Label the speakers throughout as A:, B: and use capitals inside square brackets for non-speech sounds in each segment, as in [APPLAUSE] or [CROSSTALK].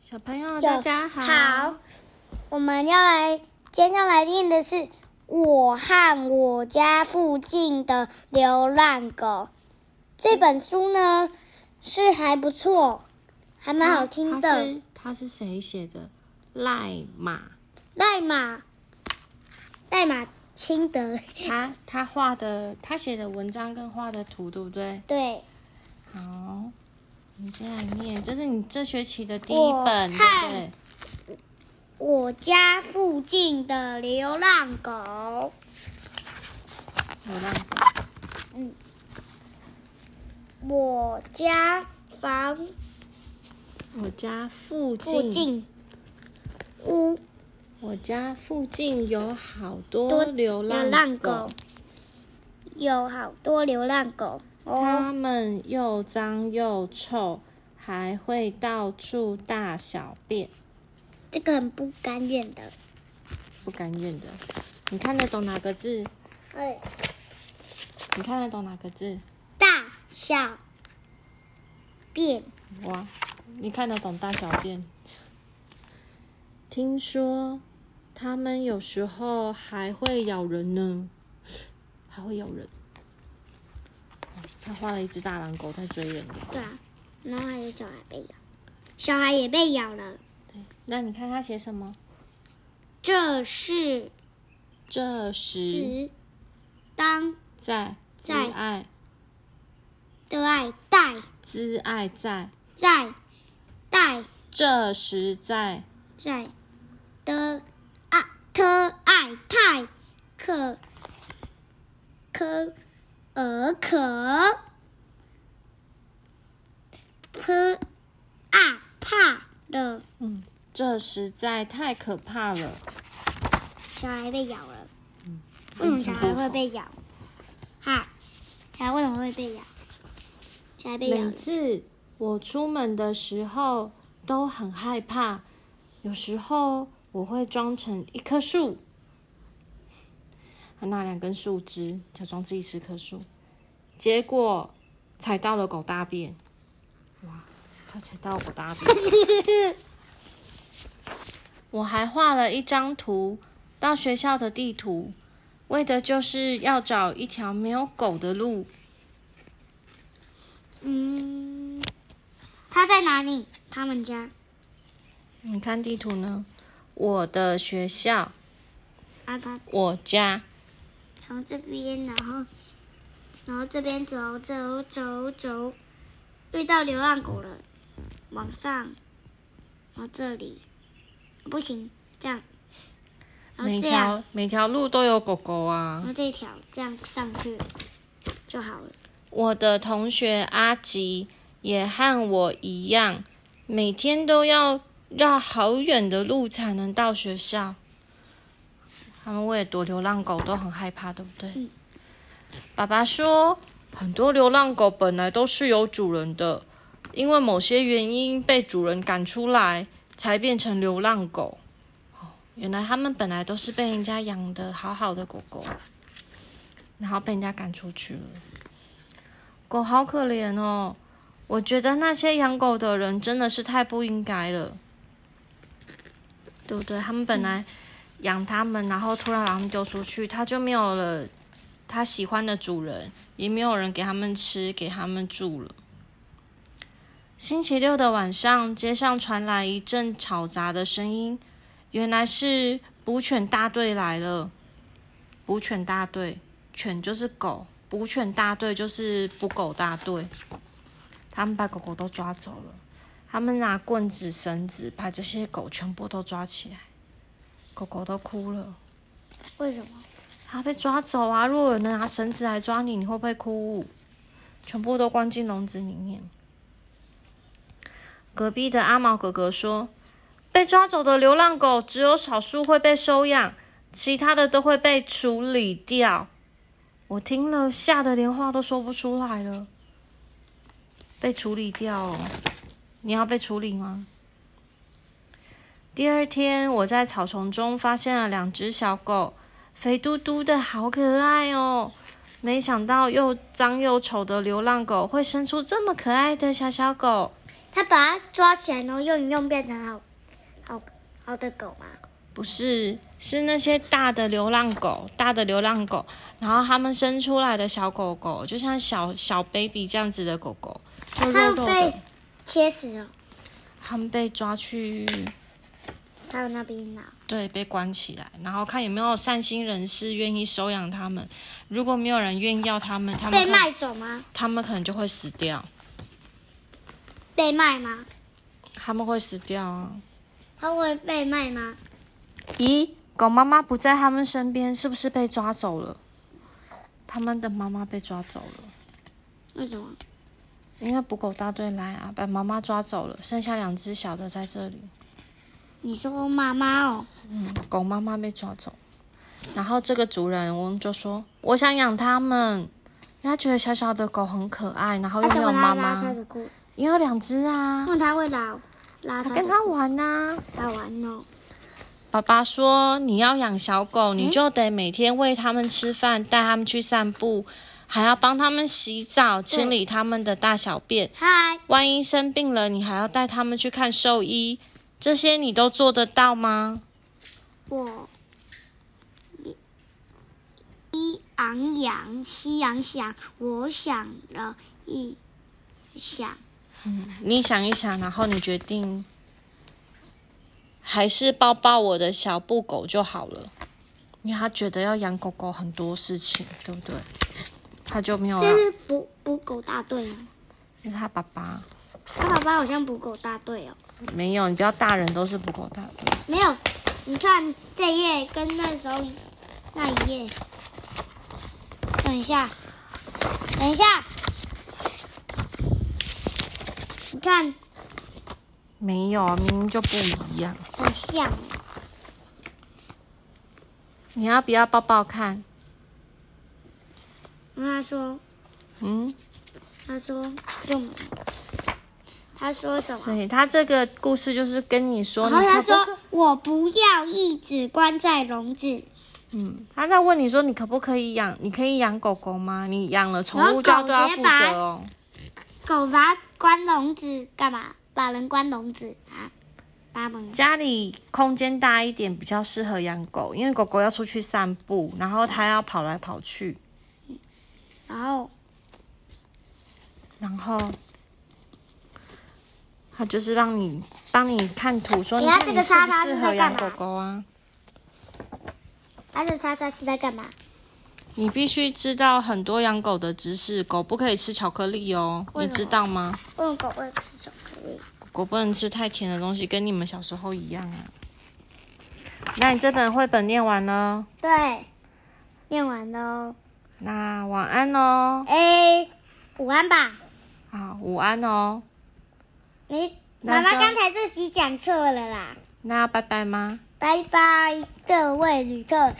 A: 小朋友，大家好。
B: 好，我们要来，今天要来念的是《我和我家附近的流浪狗》这本书呢，是还不错，还蛮好
A: 他
B: 听的。
A: 嗯是他是谁写的？赖马，
B: 代码，代码清德， [LAUGHS]
A: 他他画的，他写的文章跟画的图，对不对？
B: 对，
A: 好，你先来念，这是你这学期的第一
B: 我
A: 本，对不
B: 看
A: 对？
B: 我家附近的流浪狗。
A: 流浪狗
B: 我家房
A: 我家附近，
B: 附近屋
A: 我家附近有好多
B: 多
A: 流
B: 流
A: 浪
B: 浪
A: 狗
B: 狗，有好多流浪狗哦，
A: 它们又脏又臭，还会到处大小便，
B: 这个很不甘愿的。
A: 不甘愿的。你看得懂哪个字？
B: 哎，
A: 你看得懂哪个字？
B: 大小便
A: 哇，你看得懂大小便？听说他们有时候还会咬人呢，还会咬人。他画了一只大狼狗在追人。
B: 对啊，然后还有小孩被咬，小孩也被咬了。
A: 那你看他写什么？
B: 这是
A: 这时
B: 指当
A: 在自
B: 在
A: 爱
B: 的爱戴
A: 自爱在，
B: 在戴
A: 这时在
B: 在的爱特爱太可可尔可可啊怕了，
A: 这实在太可怕了。
B: 小孩被咬了。为什么小孩会被咬？哈，小孩为什么会被咬？小孩被咬
A: 每
B: 了。
A: 次我出门的时候都很害怕，有时候我会装成一棵树，拿两根树枝假装自己是棵树，结果踩到了狗大便。哇，他踩到狗大便！我还画了一张图，到学校的地图，为的就是要找一条没有狗的路。
B: 嗯，他在哪里？他们家
A: 你看地图呢？我的学校，
B: 啊，他
A: 我家，
B: 从这边，然后，然后这边走走走走，遇到流浪狗了，往上，然后这里，不行，这样，然
A: 每
B: 哦后这样，
A: 条每条路都有狗狗啊
B: 然。后这条这样上去就好了。
A: 我的同学阿吉也和我一样，每天都要绕好远的路才能到学校。他们为了躲流浪狗都很害怕，对不对？
B: 嗯
A: 爸爸说，很多流浪狗本来都是有主人的，因为某些原因被主人赶出来，才变成流浪狗。哦，原来他们本来都是被人家养的好好的狗狗，然后被人家赶出去了。狗好可怜哦，我觉得那些养狗的人真的是太不应该了，对不对？他们本来养它们，然后突然把它们丢出去，它就没有了它喜欢的主人，也没有人给它们吃，给它们住了。星期六的晚上，街上传来一阵吵杂的声音，原来是捕犬大队来了。捕犬大队，犬就是狗，捕犬大队就是捕狗大队。他们把狗狗都抓走了，他们拿棍子、绳子把这些狗全部都抓起来，狗狗都哭了。
B: 为什么？
A: 它被抓走啊！如果有人拿绳子来抓你，你会不会哭？全部都关进笼子里面。隔壁的阿毛哥哥说：“被抓走的流浪狗只有少数会被收养，其他的都会被处理掉。”我听了，吓得连话都说不出来了。被处理掉哦，你要被处理吗？第二天，我在草丛中发现了两只小狗，肥嘟嘟的，好可爱哦。没想到又脏又丑的流浪狗会生出这么可爱的小小狗。
B: 他把它抓起来，然后用一用变成好好好的狗嘛。
A: 不是，是那些大的流浪狗，大的流浪狗，然后它们生出来的小狗狗，就像小小 baby 这样子的狗狗，就
B: 它
A: 肉肉的
B: 被，切死哦了，
A: 它们被抓去，
B: 还有那边呢。
A: 对，被关起来，然后看有没有善心人士愿意收养它们。如果没有人愿意要它们，它们
B: 被
A: 可
B: 卖走吗？
A: 它们可能就会死掉，
B: 被卖吗？
A: 它们会死掉啊。
B: 它会被卖吗？
A: 咦，狗妈妈不在他们身边，是不是被抓走了？他们的妈妈被抓走了，
B: 为什么？
A: 因为捕狗大队来啊，把妈妈抓走了，剩下两只小的在这里。
B: 你说妈妈哦，
A: 嗯，狗妈妈被抓走，然后这个主人翁就说：“我想养它们，因为他觉得小小的狗很可爱，然后又
B: 他
A: 没
B: 怎
A: 哦有
B: 么
A: 妈
B: 拉拉他
A: 妈，
B: 的裤子？
A: 也有两只啊，
B: 问他会拉拉
A: 我
B: 他
A: 跟
B: 的
A: 它玩呐、啊。”
B: 他玩哦。
A: 爸爸说：“你要养小狗，你就得每天喂它们吃饭，带它们去散步，还要帮它们洗澡，清理它们的大小便。
B: 嗨，
A: 万一生病了，你还要带它们去看兽医。这些你都做得到吗
B: 我一一昂扬，西洋想，我想了一想，？”
A: 你想一想，然后你决定，还是抱抱我的小布狗就好了，因为他觉得要养狗狗很多事情，对不对？他就没有
B: 这
A: 让
B: 是捕捕狗大队吗？
A: 是他爸爸
B: 他爸爸好像捕狗大队哦，
A: 没有，你不要大人都是不狗大队。
B: 没有。你看这一页跟那时候一那一页，等一下，等一下，你看
A: 没有啊，明明就不一样。
B: 很像耶，
A: 你要不要抱抱看？
B: 妈妈说。
A: 嗯，
B: 他说用，他说什
A: 所
B: 么？
A: 以他这个故事就是跟你说，
B: 然
A: 你
B: 后
A: 可
B: 他
A: 不
B: 说
A: 可？
B: 我不要一直关在笼子，
A: 嗯，他在问你说，你可不可以养？你可以养狗狗吗？你养了宠
B: 然后
A: 物就要
B: 狗
A: 对它
B: 直
A: 负
B: 接拔
A: 责哦。
B: 狗把它关笼子干嘛？把人关笼子啊？把门
A: 家里空间大一点比较适合养狗，因为狗狗要出去散步，然后它要跑来跑去，
B: 然后
A: 然后它就是让你帮你看图说，
B: 给
A: 你
B: 它
A: 看
B: 这
A: 你
B: 个
A: 适不
B: 叉叉
A: 适
B: 是
A: 合
B: 在
A: 养
B: 干
A: 狗
B: 嘛
A: 狗啊？
B: 他的叉叉是在干嘛？
A: 你必须知道很多养狗的知识，狗不可以吃巧克力哦，
B: 为
A: 你
B: 什么
A: 知道吗？
B: 问狗喂吃巧克力，
A: 狗不能吃太甜的东西，跟你们小时候一样啊。那你这本绘本念完哦了，
B: 对，念完喽。
A: 那晚安哦，
B: 哎，午安吧，
A: 啊，午安哦，
B: 你
A: 那
B: 妈妈
A: 就
B: 刚才这集讲错了啦。
A: 那拜拜吗？
B: 拜拜，各位旅客，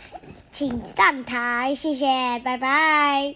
B: 请上台，谢谢，拜拜。